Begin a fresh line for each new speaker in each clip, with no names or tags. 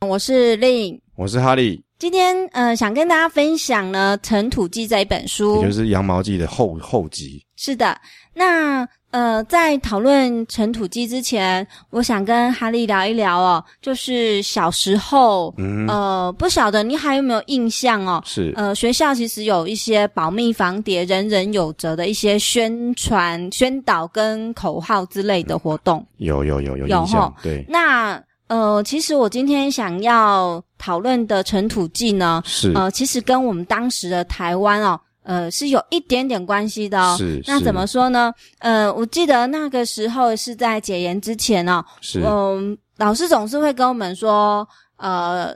我是令。
我是哈利，
今天呃，想跟大家分享呢《尘土记》这一本
也
书
就。是羊毛季的后
哦
后集。
是的，那呃，在讨论《尘土记》之前，我想跟哈利聊一聊哦，就是小时候，
嗯，
呃，不晓得你还有没有印象哦？
是，
呃，学校其实有一些保密防谍、人人有责的一些宣传、宣导跟口号之类的活动。
有有有有
有哦
印象
吼，
对，
那呃，其实我今天想要讨论的《尘土记》呢，
是
呃，其实跟我们当时的台湾哦，呃，是有一点点关系的哦。
是。
那
是
怎么说呢？呃，我记得那个时候是在解严之前哦，
是？
嗯，老师总是会跟我们说，呃，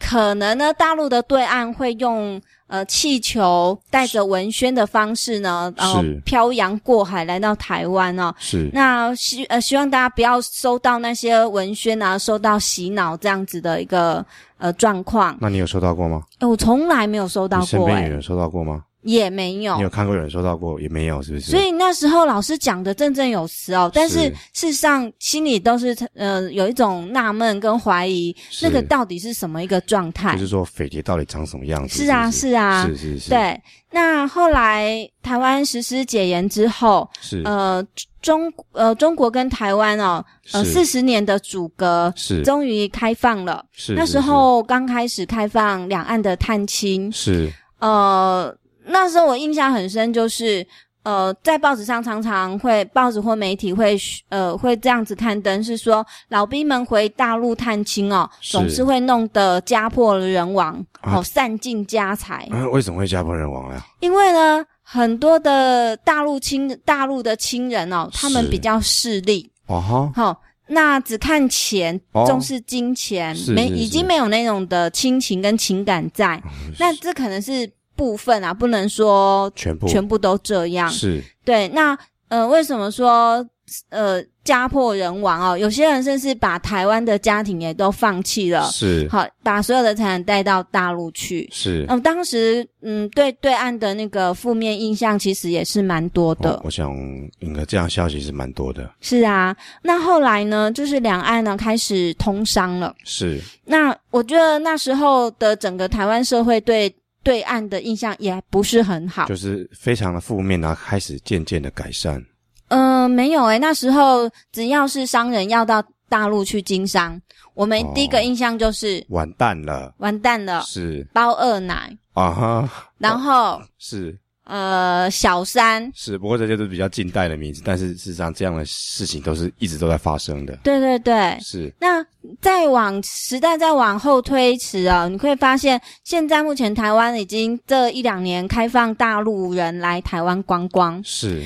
可能呢，大陆的对岸会用呃气球带着文宣的方式呢，然后
是
漂洋过海来到台湾哦。
是
那希呃希望大家不要收到那些文宣啊，受到洗脑这样子的一个呃状况。
那你有收到过吗？
哎我从来没有收到
你身
过、
边有
哎，
人收到过吗？
也没有
你。有看过有人收到过，也没有，是不是？
所以那时候老师讲的振振有词哦，但是
是
事实上心里都是呃有一种纳闷跟怀疑，
是
那个到底是什么一个状态
就？是说匪谍到底长什么样子？
是啊，
不是
是啊，
是是是，，
对。那后来台湾实施解严之后，
是
呃，中呃中国跟台湾哦，呃四
是
十年的阻隔
是
终于开放了。
是
呃那
是
时候刚开始开放两岸的探亲，
是
呃，那时候我印象很深，就是呃，在报纸上常常会报纸或媒体会呃会这样子刊登，是说老兵们回大陆探亲哦，
是
总是会弄得家破人亡，
啊
哦，散尽家财，
啊，为什么会家破人亡啊？
因为呢。很多的大陆亲大陆的亲人哦，他们
是
比较势利，
哦哈，
好、那只看钱，
哦
重视金钱，
是
没
是
已
是
经没有那种的亲情跟情感在，那这可能是部分啊，不能说
全部
全部都这样。
是
对，那呃，为什么说呃家破人亡哦？有些人甚至把台湾的家庭也都放弃了，
是
好，把所有的财产带到大陆去。
是
嗯、。当时嗯，对对岸的那个负面印象其实也是蛮多的。
哦我我想应该这样消息是蛮多的，
是啊，那后来呢，就是两岸呢开始通商了。
是
那我觉得那时候的整个台湾社会对对岸的印象也不是很好。
就是非常的负面，然后开始渐渐的改善，
嗯、没有诶、那时候只要是商人要到大陆去经商，我们
哦
第一个印象就是、
完蛋了，
完蛋了，
是
包二奶，
啊哈，
然后、
哦是
呃小三，
是，不过这些都是比较近代的名字，但是事实上这样的事情都是一直都在发生的，
对对对。
是
那再往时代再往后推迟啊，你会发现，现在目前台湾已经这一两年开放大陆人来台湾观光，
是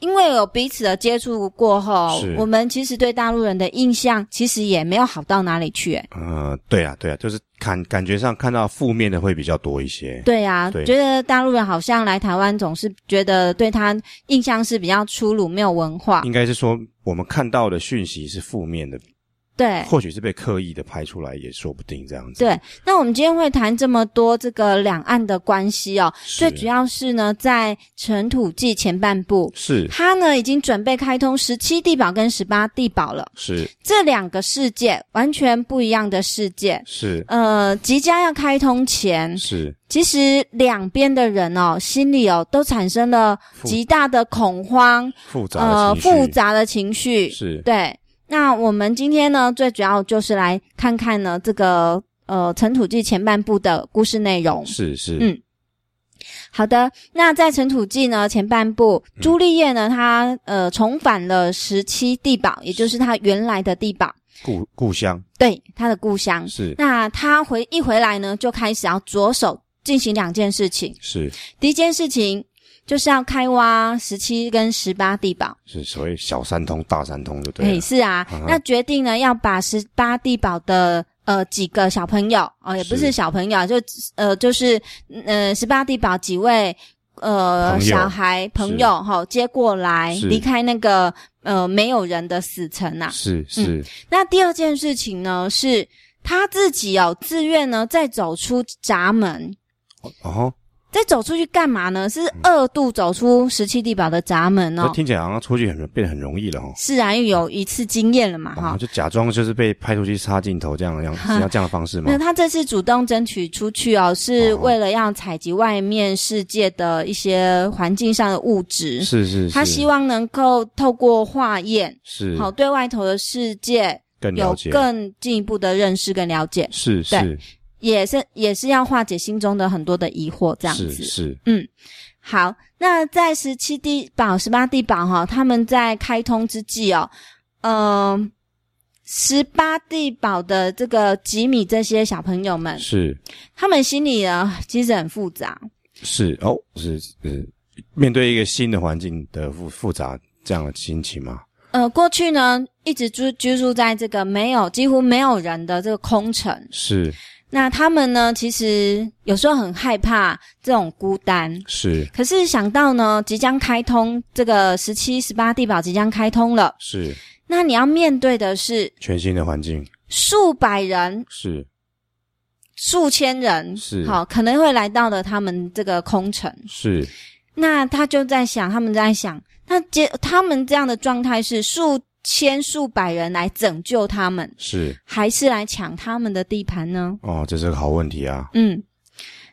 因为有彼此的接触过后
是，
我们其实对大陆人的印象其实也没有好到哪里去、欸。
呃，对啊对啊，就是感感觉上看到负面的会比较多一些，
对啊，
对
觉得大陆人好像来台湾总是觉得对他印象是比较粗鲁，没有文化。
啊应该是说我们看到的讯息是负面的，
对，
或许是被刻意的拍出来也说不定这样子，
对那我们今天会谈这么多这个两岸的关系哦，
是，
最主要是呢，在《尘土记》前半部，
是
他呢已经准备开通十七地堡跟十八地堡了，
是
这两个世界完全不一样的世界。
是
呃，即将要开通前，
是
其实两边的人哦，心里哦都产生了
复
极大的恐慌，
复杂
呃，
的情绪，
复杂的情绪。
是
对，那我们今天呢，最主要就是来看看呢这个呃《尘土记》前半部的故事内容。
是是，
嗯好的，那在《尘土记》呢前半部，
嗯
朱丽叶呢，她呃重返了十七地堡，也就是她原来的地堡，
故故乡
对，她的故乡。
是
那她回一回来呢，就开始要着手进行两件事情。
是
第一件事情就是要开挖十七跟十八地堡。
是所谓小三通大三通就对
哎，
了，
是啊，
嗯哼
那决定呢要把十八地堡的呃几个小朋友哦，也不是
是
小朋友，就呃就是呃十八地堡几位呃
朋友
小孩朋友哈、接过来，
是
离开那个呃没有人的死城啊。
是是
那第二件事情呢是。他自己哦，自愿呢，再走出闸门，
哦，
再走出去干嘛呢？是二度走出十七地堡的闸门
那
哦。
听起来好像出去很变得很容易了哦。
是啊，因为有一次经验了嘛，
啊，
哈、
就假装就是被派出去插镜头这样的 样子，是要这样的方式吗
那？他这次主动争取出去哦，是为了要采集外面世界的一些环境上的物质。
是是是，
他希望能够透过化验，
是
好对外头的世界
更了
有
解，
更进一步的认识跟了解，
是是
也是也是要化解心中的很多的疑惑，这样
是
子。
是
好，那在十七地堡、十八地堡哈、他们在开通之际哦，嗯、十八地堡的这个吉米这些小朋友们，
是
他们心里呢其实很复杂，
是哦，是是面对一个新的环境的复复杂这样的心情吗？
呃，过去呢一直居居住在这个没有几乎没有人的这个空城，
是
那他们呢其实有时候很害怕这种孤单，
是
可是想到呢即将开通这个十七、十八地堡即将开通了，
是
那你要面对的是
全新的环境，
数百人、
是
数千人，
是
好可能会来到的他们这个空城。
是
那他就在想，他们在想，那接他们这样的状态是数千数百人来拯救他们，
是
还是来抢他们的地盘呢？
哦，这是个好问题啊，
嗯，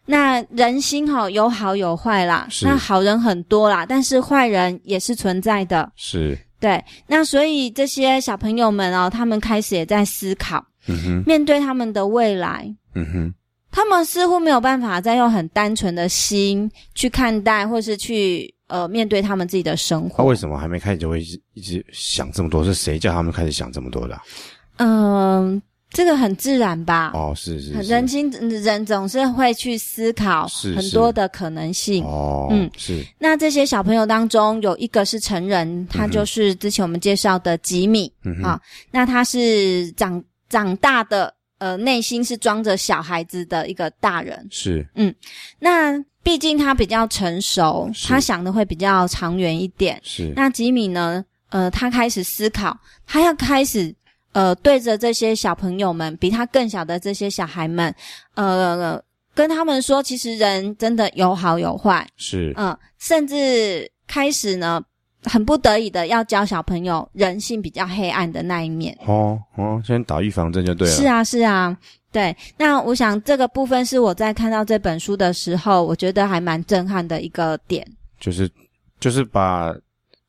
那人心哈、有好有坏啦，
是
那好人很多啦，但是坏人也是存在的。
是
对，那所以这些小朋友们哦，他们开始也在思考，
嗯哼
面对他们的未来，
嗯哼
他们似乎没有办法再用很单纯的心去看待，或是去呃面对他们自己的生
他、
活。
啊为什么还没开始就会一直一直想这么多？是谁叫他们开始想这么多的啊、
嗯、这个很自然吧。
哦，是是
啊很
是，
人心嗯人总是会去思考
是
很多的可能性。
哦，
嗯
是
那这些小朋友当中有一个是成人，他就是之前我们介绍的吉米、
嗯哼
啊。那他是长长大的，呃，内心是装着小孩子的一个大人。
是
那毕竟他比较成熟，
是
他想的会比较长远一点。
是
那吉米呢？呃，他开始思考，他要开始呃，对着这些小朋友们，比他更小的这些小孩们，呃，跟他们说，其实人真的有好有坏，
是
嗯、甚至开始呢，很不得已的要教小朋友人性比较黑暗的那一面。
哦哦，先打预防针就对了。
是啊，是啊，对。那我想这个部分是我在看到这本书的时候，我觉得还蛮震撼的一个点。
就是就是把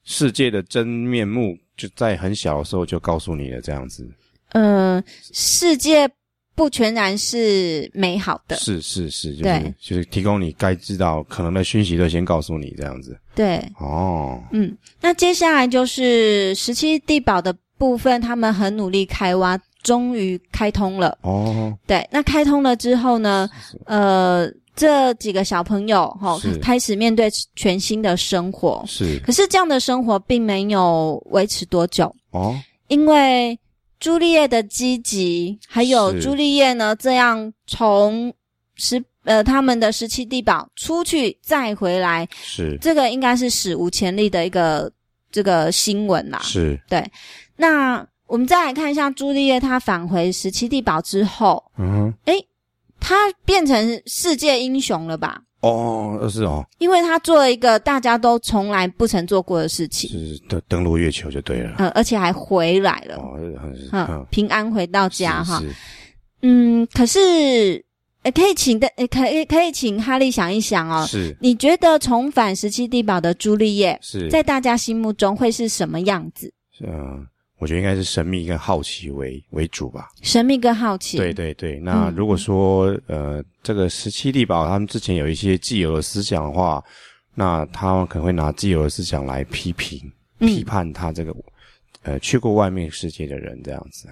世界的真面目就在很小的时候就告诉你了，这样子。
嗯，世界不全然是美好的，
是是是，就是
对
就是提供你该知道可能的讯息都先告诉你这样子。
对，
哦，
嗯。那接下来就是十七地堡的部分，他们很努力开挖，终于开通了。
哦，
对，那开通了之后呢，呃，这几个小朋友哈、
是
开始面对全新的生活，
是
可是这样的生活并没有维持多久，
哦，
因为朱丽叶的积极，还有
是
朱丽叶呢这样从十呃他们的十七地堡出去再回来，
是
这个应该是史无前例的一个这个新闻啦。
是，
那我们再来看一下朱丽叶，她返回十七地堡之后，
嗯哼，
她变成世界英雄了吧？
哦，呃是哦，
因为她做了一个大家都从来不曾做过的事情，
是登登陆月球就对了。
呃，而且还回来了。
哦，很是
嗯
嗯，，
平安回到家
是
哈。
是
嗯，可是，呃，可以请的，呃，可以可以请哈利想一想哦。
是
你觉得重返十七地堡的朱丽叶，
是，
在大家心目中会是什么样子？
嗯，我觉得应该是神秘跟好奇为为主吧。
神秘跟好奇。
对，对对，那
嗯
如果说、呃，这个十七地堡他们之前有一些既有的思想的话，那他们可能会拿既有的思想来批评、批
嗯，
判他这个呃去过外面世界的人这样子。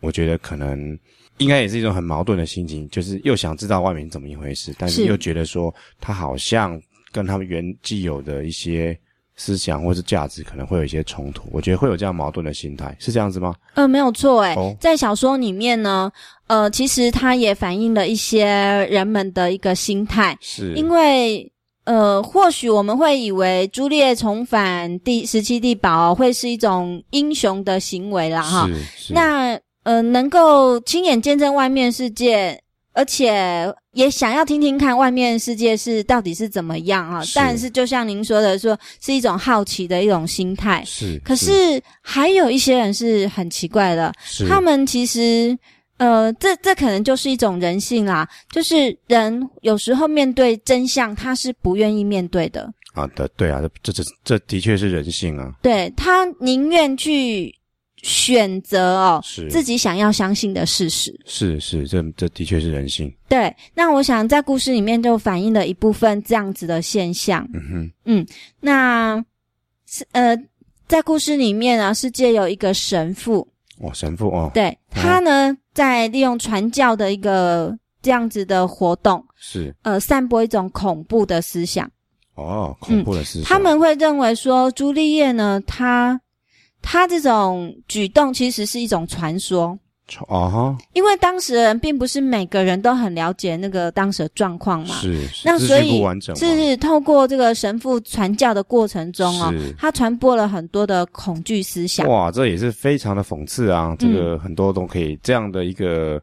我觉得可能应该也是一种很矛盾的心情，就是又想知道外面是怎么一回事，但是
是
又觉得说他好像跟他们原既有的一些思想或是价值可能会有一些冲突。我觉得会有这样矛盾的心态，是这样子吗？
呃，没有错，诶、
哦
在小说里面呢，呃，其实它也反映了一些人们的一个心态，
是，
因为。呃，或许我们会以为朱丽叶重返第十七地堡会是一种英雄的行为啦，哈。
是是
那呃，能够亲眼见证外面世界，而且也想要听听看外面世界是到底是怎么样啊。
是
但是就像您说的说是一种好奇的一种心态。
是，
可是还有一些人是很奇怪的，
是
他们其实，呃，这这可能就是一种人性啦，就是人有时候面对真相，他是不愿意面对的，
啊的对啊，这这这这的确是人性啊，
对他宁愿去选择哦
是
自己想要相信的事实。
是是，这这的确是人性，
对，那我想在故事里面就反映了一部分这样子的现象。
嗯哼，
那是呃，在故事里面啊，世界有一个神父，
哇，神父哦，
对他呢，在利用传教的一个这样子的活动。
是
呃散播一种恐怖的思想。
哦，恐怖的思想，
嗯他们会认为说，朱丽叶呢，她她这种举动其实是一种传说，
哦
因为当时人并不是每个人都很了解那个当时的状况
哈，
嘛。
是是
嗯那
资
所
讯
以
不完整嘛，
是是透过这个神父传教的过程中哦，
是
他传播了很多的恐惧思想。
哇，这也是非常的讽刺啊！这
嗯
个很多都可以、这样的一个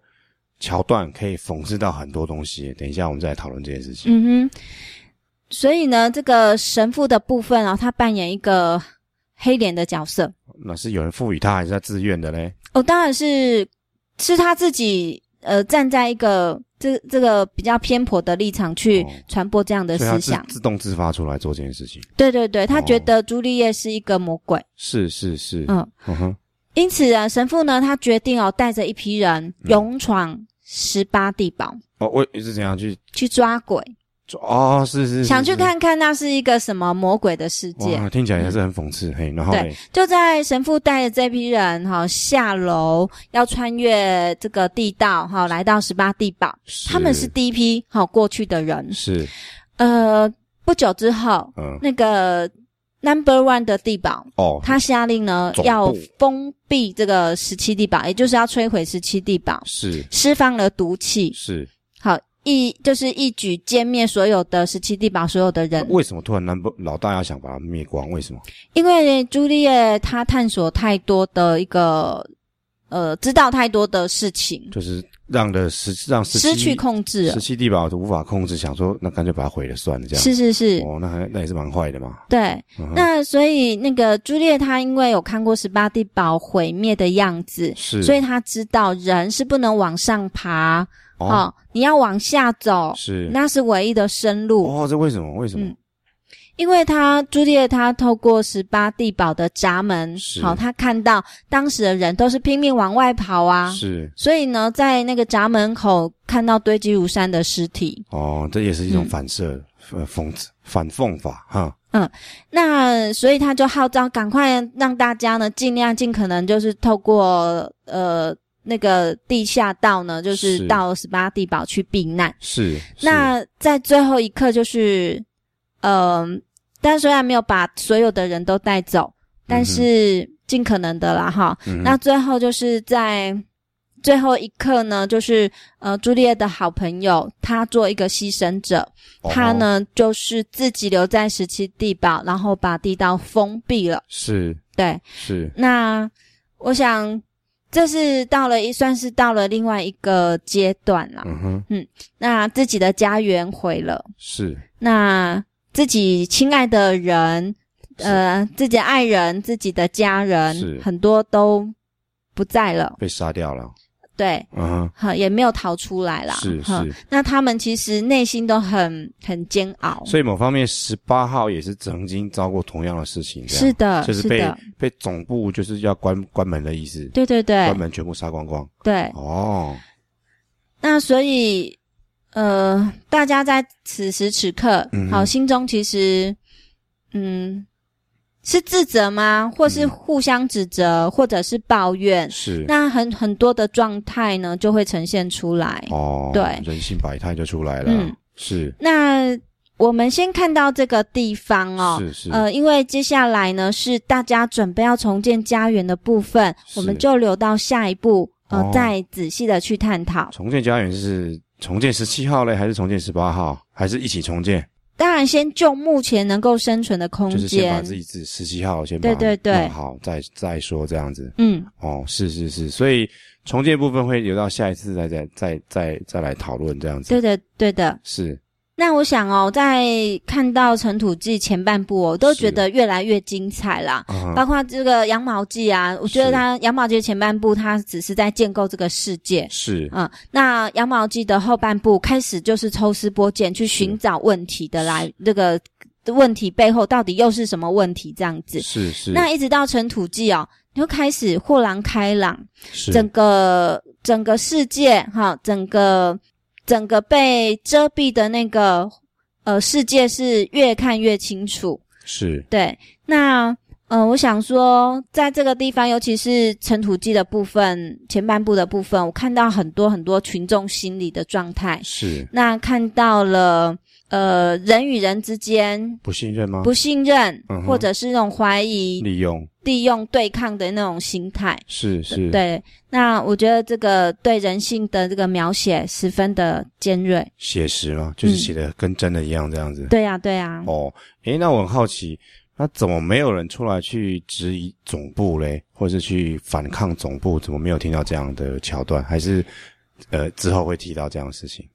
桥段，可以讽刺到很多东西。等一下我们再来讨论这件事情。
嗯哼，所以呢，这个神父的部分哦，他扮演一个黑脸的角色。
那是有人赋予他，还是他自愿的嘞？
哦，当然是是他自己呃站在一个这这个比较偏颇的立场去
哦
传播这样的
所以他
思
自
想。
自动自发出来做这件事情。
对对对，他
哦
觉得朱丽叶是一个魔鬼。
是是是，
嗯，
嗯哼，
因此啊，神父呢，他决定哦，带着一批人
嗯
勇闯十八地堡。
哦，我是怎样去
去抓鬼，
做？哦，是是是
想去
是
看看那是一个什么魔鬼的世界。
哇，听起来还是很讽刺。嘿，然后
嗯对
嘞，
就在神父带着这批人哈、下楼，要穿越这个地道哈、来到十八地堡。他们是第一批好、过去的人，
是
呃，不久之后，
嗯
那个 Number One 的地堡，
哦，
他下令呢
总部
要封闭这个十七地堡，也就是要摧毁十七地堡，
是
释放了毒气，
是
好一就是一举歼灭所有的十七地堡所有的人。
为什么突然南部老大要想把它灭光？为什么？
因为朱丽叶她探索太多的一个呃，知道太多的事情，
就是让的十让十
失
七
去控制了
十。七地堡都无法控制，想说那干脆把它毁了算了，这样
是是是，
哦，那还那也是蛮坏的嘛。
对，
嗯哼
那所以那个朱丽叶她因为有看过十八地堡毁灭的样子，
是，
所
以
以他知道人是不能往上爬哦你要往下走，
是
哦那是唯一的生路。
哦，这为什么？为什么
嗯？因为他朱丽叶，她透过十八地堡的闸门，
是
好、她看到当时的人都是拼命往外跑啊，
是
所以呢，在那个闸门口看到堆积如山的尸体。
哦，这也是一种
嗯
反射呃讽刺反讽法哈。
那所以他就号召赶快让大家呢，尽量尽可能就是透过呃那个地下道呢，就是
是
到十八地堡去避难。
是
那在最后一刻，就是，嗯、但虽然没有把所有的人都带走，
嗯
但是尽可能的啦哈。
是嗯
那最后就是在最后一刻呢，就是呃，朱丽叶的好朋友，他做一个牺牲者，
哦
他呢就是自己留在十七地堡，然后把地道封闭了。
是
对，
是
那我想这是到了一算是到了另外一个阶段啦。
嗯哼
那自己的家园毁了。
是
那自己亲爱的人，呃，自己的爱人、自己的家
是
人，很多都不在了，
被杀掉了，
对，
嗯
哈，也没有逃出来啦。
哼是
哈
是，
那他们其实内心都很很煎熬。
所以某方面十八号也是曾经遭过同样的事情，啊这样
是的，
就是是被
的，
被总部就是要关关门的意思，
对对对
关门全部杀光光
对。
哦，
那所以，呃，大家在此时此刻
嗯，哼
好，心中其实，嗯。是自责吗？或是
嗯
互相指责，或者是抱怨？
是
那很很多的状态呢，就会呈现出来。
哦，
对
人性百态就出来了，
嗯
是
那我们先看到这个地方哦，
是是，
呃，因为接下来呢是大家准备要重建家园的部分，
是
我们就留到下一步，呃，
哦
再仔细的去探讨。
重建家园是重建十七号嘞，还是重建十八号，还是一起重建？
当然先就目前能够生存的空
就是先把
间，
自己自十七号先把
对对对
弄好，再再说这样子。
嗯，
哦，是是是，所以重建部分会留到下一次再再再再再来讨论这样子。
对的对的。
是，
那我想哦，在看到《尘土记》前半部、哦，我都
是
觉得越来越精彩啦。
啊哈
包括这个羊毛记啊，我觉得
是
它羊毛记的前半部，它只是在建构这个世界。
是
嗯，那羊毛记的后半部开始就是抽丝剥茧，去寻找问题的来这个问题背后到底又是什么问题这样子。
是是，
那一直到尘土记哦，你就开始豁然开朗，
是
整个整个世界哈，整个整个被遮蔽的那个呃世界是越看越清楚。
是
对，那呃，我想说，在这个地方，尤其是尘土记的部分，前半部的部分，我看到很多很多群众心理的状态，
是
那看到了呃人与人之间
不信任吗？
不信任，
嗯嗯哼
或者是那种怀疑、
利用
利用、对抗的那种心态。
是是，
对，那我觉得这个对人性的这个描写十分的尖锐。
写实吗？就是
嗯
写的跟真的一样这样子。
对呀、嗯啊对呀、
哦，诶，那我很好奇，那怎么没有人出来去质疑总部嘞，或是去反抗总部？怎么没有听到这样的桥段？还是呃之后会提到这样的事情？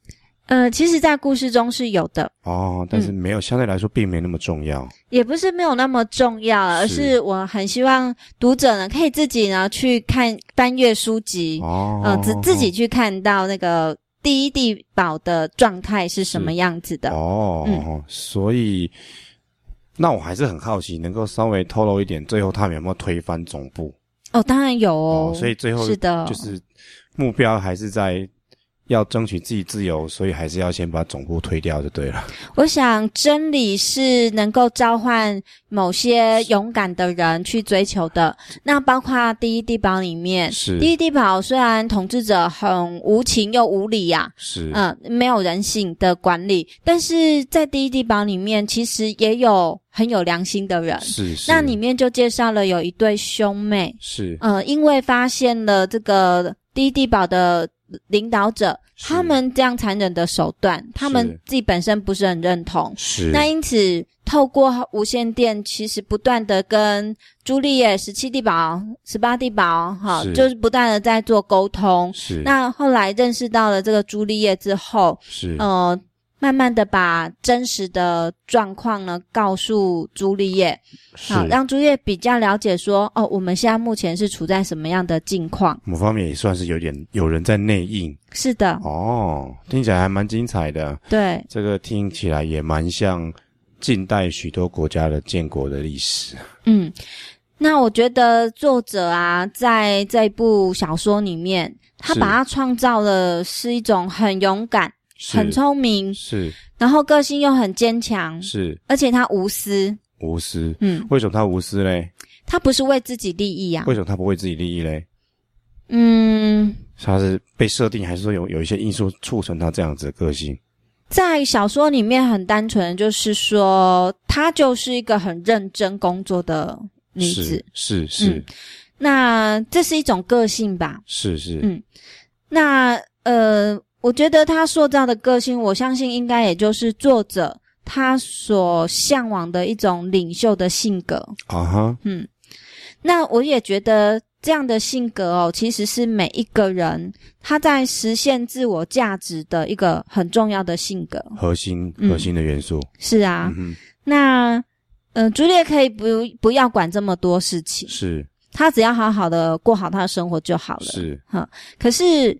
呃，其实，在故事中是有的，
哦，但是
嗯
没有，相对来说并没那么重要。
也不是没有那么重要，啊而
是
是我很希望读者呢可以自己呢去看翻阅书籍，
哦，
呃，自自己去看到那个第一地堡的状态是什么样子的。
哦，
嗯
所以那我还是很好奇，能够稍微透露一点，最后他们有没有推翻总部？
哦，当然有哦，
所以最后
是的，
就是目标还是在要争取自己自由，所以还是要先把总部推掉就对了。
我想真理是能够召唤某些勇敢的人去追求的。那包括第一地堡里面，嗯
是
第一地堡虽然统治者很无情又无理呀、
是，
嗯，没有人性的管理，但是在第一地堡里面，其实也有很有良心的人。
是是，
那里面就介绍了有一对兄妹，
是
呃，因为发现了这个第一地堡的领导者，
是
他们这样残忍的手段，他们
是
自己本身不是很认同。
是
嗯那因此，透过无线电，其实不断的跟朱丽叶十七地堡、十八地堡，哈，
是
就是不断的在做沟通。
是
那后来认识到了这个朱丽叶之后，
是
呃，慢慢的把真实的状况呢告诉朱丽叶，
是
好让朱丽叶比较了解说，哦，我们现在目前是处在什么样的境况？
某方面也算是有点有人在内应
是的，
哦，听起来还蛮精彩的。
对，
这个听起来也蛮像近代许多国家的建国的历史。
嗯。那我觉得作者啊，在这部小说里面，他
是
把它创造了是一种很勇敢、
是
很聪明，嗯
是
然后个性又很坚强，
是
而且他无私。
无私，
嗯，
为什么他无私嘞？
他不是为自己利益啊。
为什么他不为自己利益嘞？
嗯，
他是被设定，还是说有有一些因素促成他这样子的个性？
在小说里面很单纯，就是说她就是一个很认真工作的女子。
是是是、
嗯那这是一种个性吧？
是是、
嗯那呃，我觉得她塑造的个性，我相信应该也就是作者他所向往的一种领袖的性格。
啊哈，
嗯，那我也觉得这样的性格哦，其实是每一个人他在实现自我价值的一个很重要的性格。
核心
嗯
核心的元素，
是啊，
嗯哼，
那嗯，朱丽叶可以不不要管这么多事情，
是
她只要好好的过好她的生活就好了。
是
可是，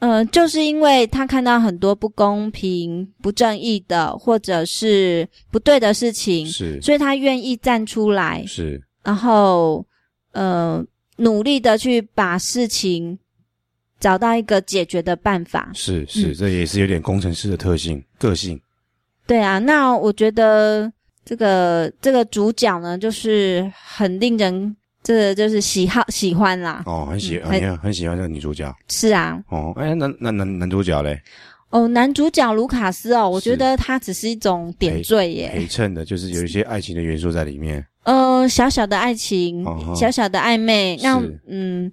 呃，就是因为她看到很多不公平、不正义的，或者是不对的事情，
是
所以她愿意站出来，
是
然后呃，努力的去把事情找到一个解决的办法。
是是，
嗯
这也是有点工程师的特性个性，
对啊，那我觉得这个这个主角呢，就是很令人这个就是喜好喜欢啦。
哦，很喜
嗯
很很很喜欢这个女主角
是啊，
哦，哎，男男男男主角嘞，
哦，男主角卢卡斯哦，我
是
觉得他只是一种点缀耶，
陪衬的就是有一些爱情的元素在里面，
呃，小小的爱情
哦，
小小的暧昧，
是
那嗯。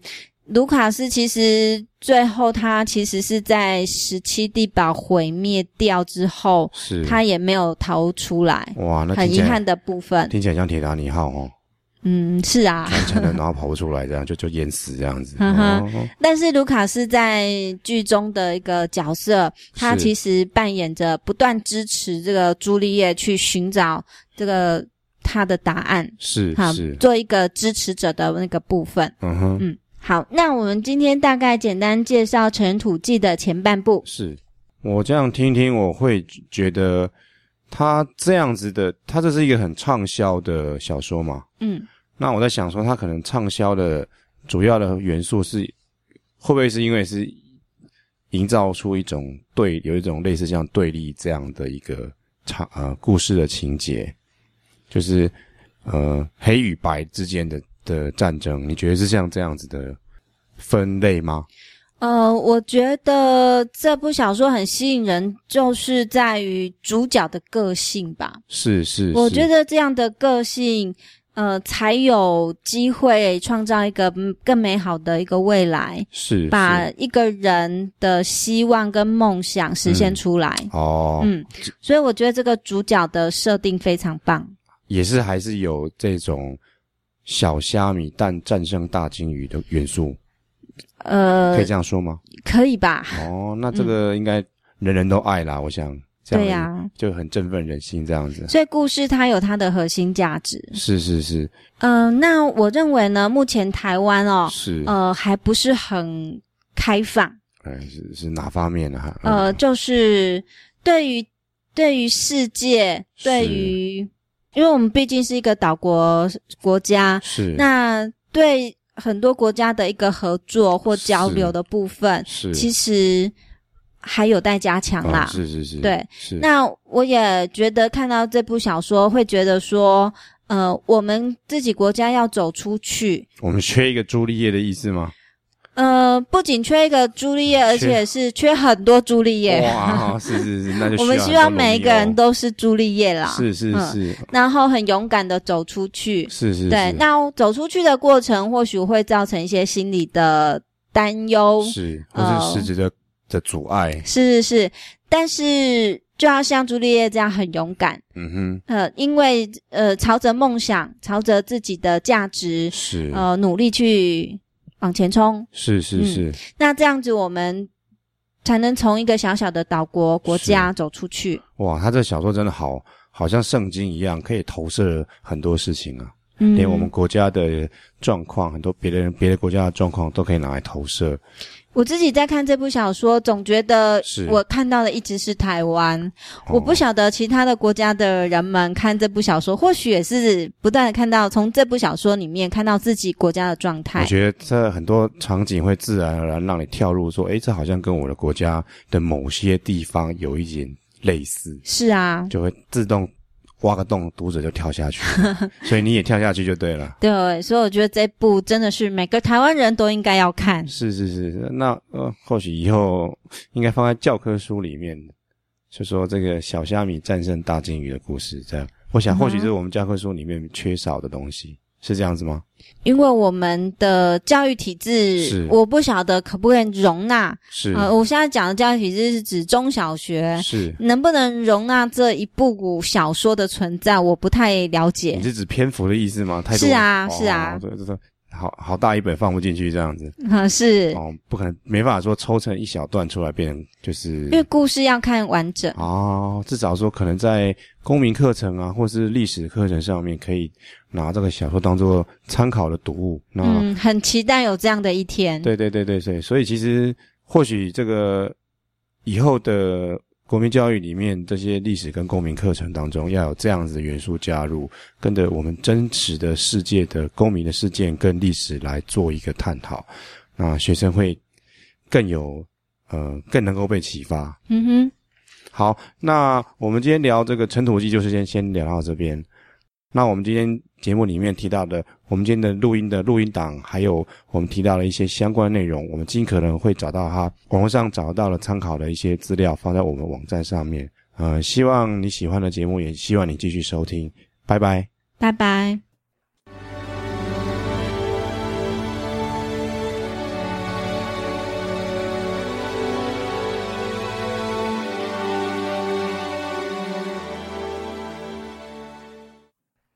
卢卡斯其实最后他其实是在十七地堡毁灭掉之后，
是
他也没有逃出来，
哇，那
很
听
遗
起来
憾的部分。
听起来像铁达尼号哦，
嗯，是啊。
蛮强的，然后跑不出来，这样就就淹死这样子。
哈哈
哦
但是卢卡斯在剧中的一个角色，他
是
其实扮演着不断支持这个朱丽叶去寻找这个他的答案，
是
好
是，
做一个支持者的那个部分。
嗯哼，
嗯，好，那我们今天大概简单介绍《尘土记》的前半部。
是我这样听听，我会觉得他这样子的，他这是一个很畅销的小说嘛。
嗯，
那我在想说，他可能畅销的主要的元素是，会不会是因为是营造出一种对有一种类似像对立这样的一个场呃故事的情节，就是呃黑与白之间的的战争，你觉得是像这样子的分类吗？
呃，我觉得这部小说很吸引人，就是在于主角的个性吧。
是是，
我
是
觉得这样的个性，呃，才有机会创造一个嗯更美好的一个未来，
是是
把一个人的希望跟梦想实现出来。
嗯哦，
嗯，所以我觉得这个主角的设定非常棒。
也是还是有这种小虾米但战胜大金鱼的元素，
呃
可以，这样说吗？
可以吧？
哦，那这个应该人人都爱啦，我想这样
嗯对呀、
就很振奋人心这样子。
所以故事它有它的核心价值。
是是是
嗯、那我认为呢，目前台湾哦，
是，
呃，还不是很开放。
哎是是哪方面呢？哈
呃，
嗯
就是对于对于世界，
是
对于，因为我们毕竟是一个岛国国家，
嗯是
那对很多国家的一个合作或交流的部分，
是
其实还有待加强
啊
啦。
是是是，
对
是
那我也觉得看到这部小说，会觉得说，呃，我们自己国家要走出去，
我们缺一个朱丽叶的意思吗？
呃，不仅缺一个朱丽叶，而且是缺很多朱丽叶。
哇，是是是，那就
我们希
需
望
很多
每一个
罗密欧
人都是朱丽叶啦，
是是
嗯
是
然后很勇敢的走出去。
是是，
对，
是
那走出去的过程或许会造成一些心理的担忧，
是
呃
或是实质的的阻碍，
是是是，但是就要像朱丽叶这样很勇敢，
嗯哼，
呃，因为呃朝着梦想，朝着自己的价值，
是
呃嗯努力去往前冲，
是是是
那这样子我们才能从一个小小的岛国国
是
家走出去。
哇，他这小说真的好，好像圣经一样，可以投射很多事情啊，
嗯，
连我们国家的状况，很多别的人、别的国家的状况都可以拿来投射。
我自己在看这部小说，总觉得
是
我看到的一直是台湾。我不
哦
晓得其他的国家的人们看这部小说，或许也是不断的看到从这部小说里面看到自己国家的状
我
态。
觉得这很多场景会自然而然让你跳入说，诶，这好像跟我的国家的某些地方有一点类似，
是啊，
就会自动挖个洞，读者就跳下去了， 所以你也跳下去就对了。
对，所以我觉得这部真的是每个台湾人都应该要看。
是是是，那呃，或许以后应该放在教科书里面，就说这个小虾米战胜大金鱼的故事，这样，我想
嗯哼
或许这是我们教科书里面缺少的东西，是这样子吗？
因为我们的教育体制
是，
我不晓得可不可以容纳。
是、
呃，我现在讲的教育体制是指中小学，
是，
能不能容纳这一部小说的存在，我不太了解
你。是指篇幅的意思吗？太多
是啊
哦
是啊
这这这好好大一本放不进去这样子，
嗯，是
哦，不可能没办法说抽成一小段出来变成就是
因为故事要看完整。
哦，至少说可能在公民课程啊，或是历史课程上面，可以拿这个小说当做参考的读物。那、
嗯，很期待有这样的一天。
对对对对对，所以其实或许这个以后的国民教育里面，这些历史跟公民课程当中，要有这样子的元素加入，跟着我们真实的世界的公民的事件跟历史来做一个探讨，那学生会更有呃更能够被启发。
嗯哼。
好，那我们今天聊这个尘土记，就是先先聊到这边。那我们今天节目里面提到的，我们今天的录音的录音档，还有我们提到的一些相关内容，我们尽可能会找到它网络上找到了参考的一些资料，放在我们网站上面。呃，希望你喜欢的节目，也希望你继续收听。拜拜。
拜拜。